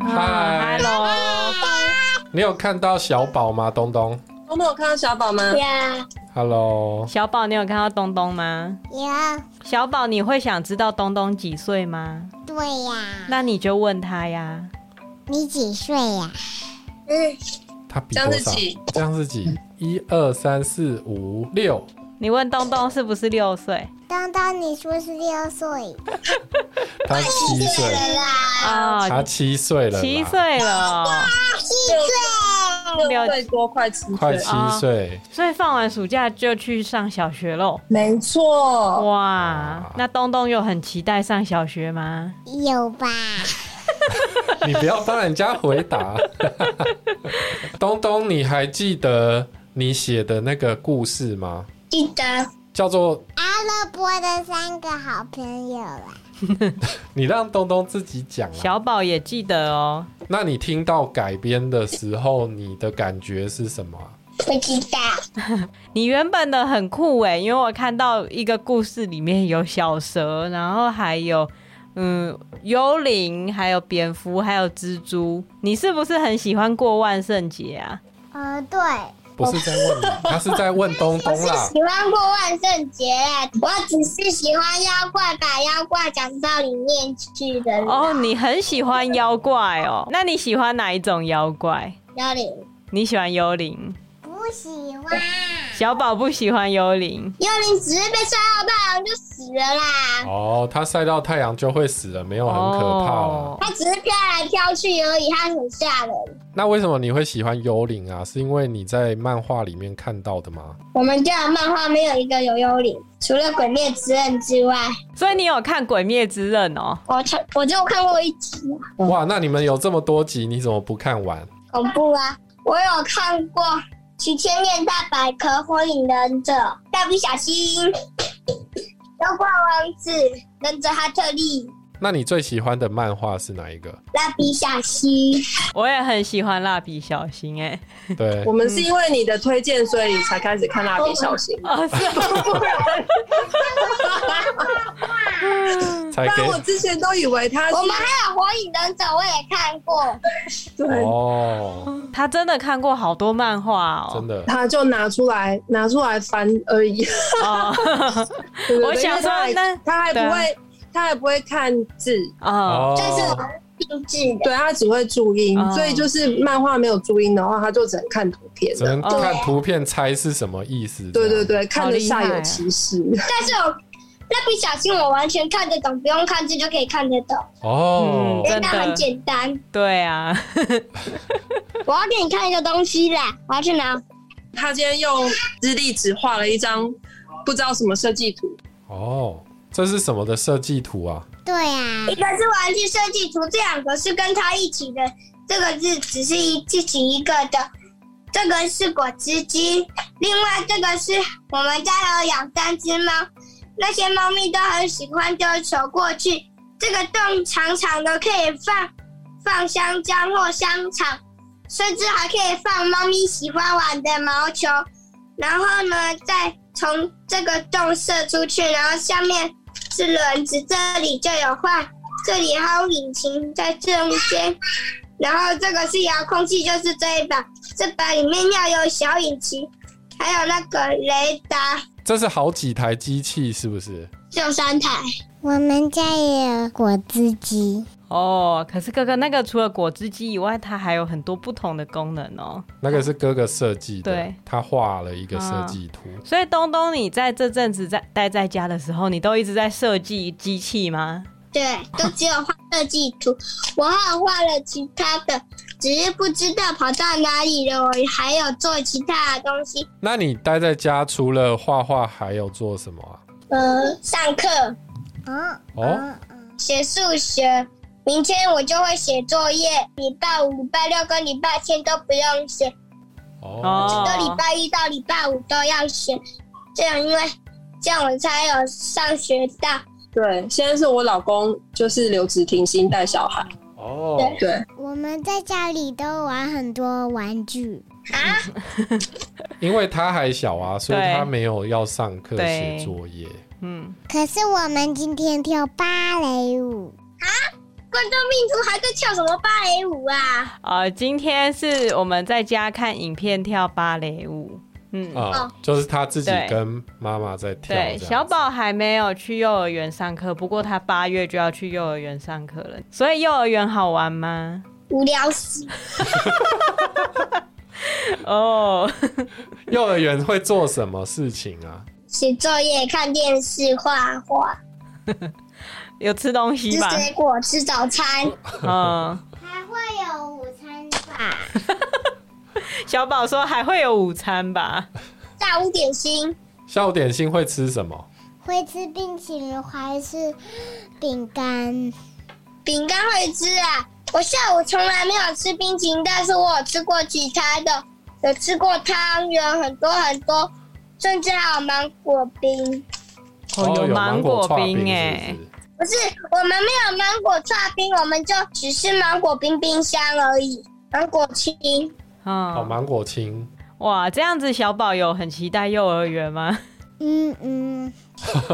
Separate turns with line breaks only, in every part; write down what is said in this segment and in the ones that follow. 嗨，
Hello，
你有看到小宝吗？东东
我们有看到小宝吗？
呀
，Hello，
小宝，你有看到东东吗？
呀，
小宝，你会想知道东东几岁吗？
对呀。
那你就问他呀。
你几岁呀？
他比多
这样子
少？
几？
这样是几？一二三四五六，
你问东东是不是六岁？
当当，你说是六岁。
他七岁，
哦
啊、
他七岁了啦，
七岁了哦。
六岁多，快七岁，
快七岁，啊
所以放完暑假就去上小学喽。
没错。
哇，那东东有很期待上小学吗？
有吧？
你不要帮人家回答。 东东，你还记得你写的那个故事吗？
记得。
叫做
阿拉伯的三个好朋友啊啦。
你让东东自己讲啦。
小宝也记得哦。
那你听到改编的时候，你的感觉是什么啊？
不知道。
你原本的很酷诶，因为我看到一个故事里面有小蛇，然后还有嗯幽灵，还有蝙蝠，还有蜘蛛。你是不是很喜欢过万圣节啊？
呃，对，
不是在 问你，他是在问东东啦。
喜欢过万圣节，我只是喜欢妖怪，把妖怪讲到里面去的
嗯
啦。
哦，你很喜欢妖怪哦。那你喜欢哪一种妖怪？
幽灵
你喜欢幽灵？
不喜欢。
小宝不喜欢幽灵。
幽灵只是被晒到太阳就死了啦，
哦，他晒到太阳就会死了，没有很可怕啊啦。
哦
它只是飘来飘去而已，它很吓人。
那为什么你会喜欢幽灵啊？是因为你在漫画里面看到的吗？
我们家的漫画没有一个有幽灵，除了《鬼灭之刃》之外，
所以你有看《鬼灭之刃》哦？
我才我就看过一集，
哇，那你们有这么多集，你怎么不看完？
恐怖啊！我有看过《齐天面大百科》《火影忍者》《蜡笔小新》《妖怪王子》《忍者哈特利》《
那你最喜欢的漫画是哪一个？
蜡笔小新》。
我也很喜欢蜡笔小新 诶。
对
我，们是因为你的推荐，所以才开始看蜡笔小新。
哦，是哦
才
不然我
给
之前都以为他是
我们还有《火影忍者》，我也看过。
对，
哦，
他真的看过好多漫画哦。
真的。
他就拿出来拿出来翻而已。
哦，
对不对
我想说
因为他
那
还他还
对
不
啊
会，他还不会看字，
哦，
哦
这是我们定制的。
对他只会注音
哦，
所以就是漫画没有注音的话，他就只能看图片
只
的。
能看图片猜是什么意思。
对对
这样，
对，看得下
啊
有其事。
但是我蜡笔小新我完全看得懂，不用看字就可以看得懂，
哦
嗯，
因为
真的
它很简单。
对啊，
我要给你看一个东西啦，我要去拿。
他今天用日历纸画了一张不知道什么设计图，
哦，这是什么的设计图啊？
对呀、
嗯
一个是玩具设计图，这两个是跟它一起的。这个是只是一自己一个的，这个是果汁机，另外这个是我们家还有养三只猫，那些猫咪都很喜欢丢球过去。这个洞长长的，可以放放香蕉或香肠，甚至还可以放猫咪喜欢玩的毛球。然后呢，再从这个洞射出去，然后下面是轮子，这里就有画，这里还有引擎在中间，然后这个是遥控器，就是这一把，这把里面要有小引擎，还有那个雷达，
这是好几台机器，是不是？
只有三台。我们家也有果汁机，
哦，可是哥哥那个除了果汁机以外，它还有很多不同的功能哦。
那个是哥哥设计的，
对
他画了一个设计图。
所以东东，你在这阵子在待在家的时候，你都一直在设计机器吗？
对，都只有画设计图，我还有画了其他的，只是不知道跑到哪里了。我还有做其他的东西，
那你待在家除了画画，还有做什么啊？
呃，上课。
哦，
写数学，明天我就会写作业，礼拜五、礼拜六跟礼拜天都不用写，
哦，
都礼拜一到礼拜五都要写，这样因为这样我才有上学到。
对，现在是我老公就是留职停薪带小孩，
哦，
对，
我们在家里都玩很多玩具，
因为他还小啊，所以
对
他没有要上课
对
写作业。
嗯，
可是我们今天跳芭蕾舞，
为这命途还在跳什么芭蕾舞啊？
呃，今天是我们在家看影片跳芭蕾舞，嗯，
啊、
哦
就是他自己
对
跟妈妈在跳。
对，小，宝还没有去幼儿园上课，不过他八月就要去幼儿园上课了，所以幼儿园好玩吗？
无聊死！
哦，
幼儿园会做什么事情啊？
写作业、看电视、画画、
有吃东西
吃
吧？
水果、吃早餐。
嗯，
还会有午餐吧？
小宝说还会有午餐吧？
下午点心，
下午点心会吃什么？
会吃冰淇淋还是饼干？
饼干会吃啊。我下午从来没有吃冰淇淋，但是我有吃过其他的，有吃过汤圆，很多很多，甚至还有芒果冰。
哦有
哦芒
果刨
冰
是
哎
不，是
不是，我们没有芒果串冰，我们就只是芒果冰冰箱而已，芒果青。
哦，
嗯，
芒果青。
哇，这样子小宝有很期待幼儿园吗？
嗯嗯，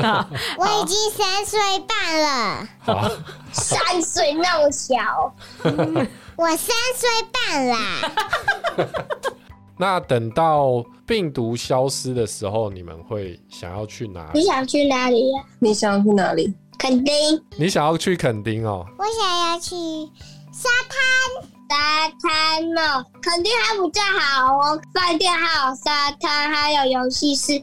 好
我已经三岁半了，
好，
三岁那么小，
我三岁半啦。
那等到病毒消失的时候，你们会想要去哪
你
里？
想去哪里呀、
你想去哪里？
肯定
你想要去垦丁哦，
我想要去沙滩，
沙滩哦，肯定还比较好哦。饭店还有沙滩，还有游戏室，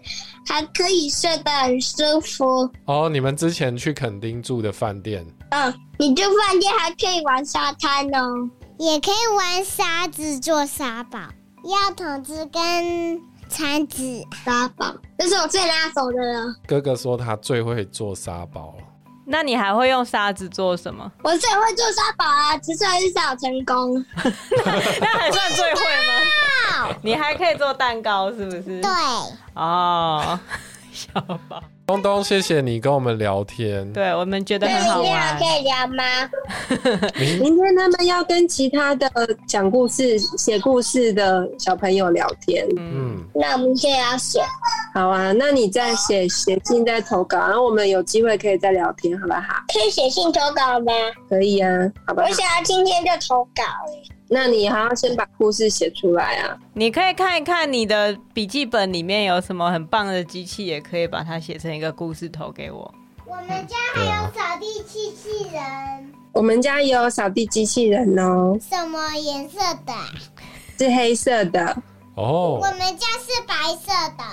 还可以睡得很舒服。
哦，你们之前去垦丁住的饭店，
嗯，你住饭店还可以玩沙滩哦。
也可以玩沙子做沙堡，要桶子跟铲子。
沙堡，这是我最拿手的了，
哥哥说他最会做沙包了。
那你还会用沙子做什么？
我最会做沙堡啊，只是很少成功。
那还算最会吗？你还可以做蛋糕，是不是？
对，
哦，小宝，
东东，谢谢你跟我们聊天。
对我们觉得
那
很好
明天
玩
还可。以聊吗？
明
明天他们要跟其他的讲故事、写故事的小朋友聊天。
嗯，
那我们现在要写。
好啊，那你再写写信再投稿，然后我们有机会可以再聊天，好不好？
可以写信投稿吗？
可以啊，好吧
我。想要今天就投稿
那你还要先把故事写出来啊。
你可以看一看你的笔记本里面有什么很棒的机器，也可以把它写成一个故事投给我。
我们家
对啊
扫地机器人，
我们家也有扫地机器人哦，
什么颜色的啊？
是黑色的，
哦
我，们家是白色的。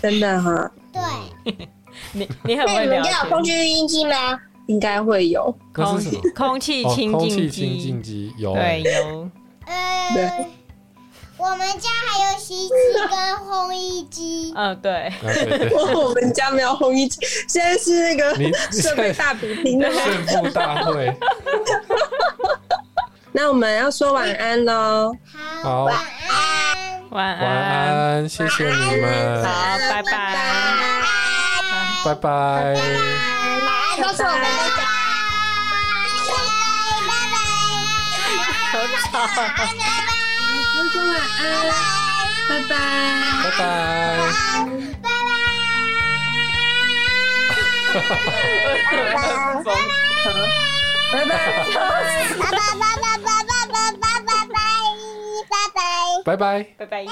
真的哈、
对，
你你很
那
会
你们
聊
家有空气录音机吗？
应该会有。
那
空
是什
气
么？
空气
哦，
清
空
净
气清净
机，
机有
对
欸。
有。
呃
对，
我们家还有洗衣机跟烘衣机。
嗯，对，
啊 对对，
我们家没有烘衣机，现在是那个
你
设备大比拼 哦了。
炫富大会。
那我们要说晚安喽，
好
好，晚安。
晚安，
晚安，谢谢你们，
好，拜拜。
拜拜。
答案都是我们的答案。
好吵。
说说晚安，拜拜。
拜拜。
拜拜拜拜拜拜拜拜拜拜。
拜拜。
拜拜。
拜拜。
拜拜。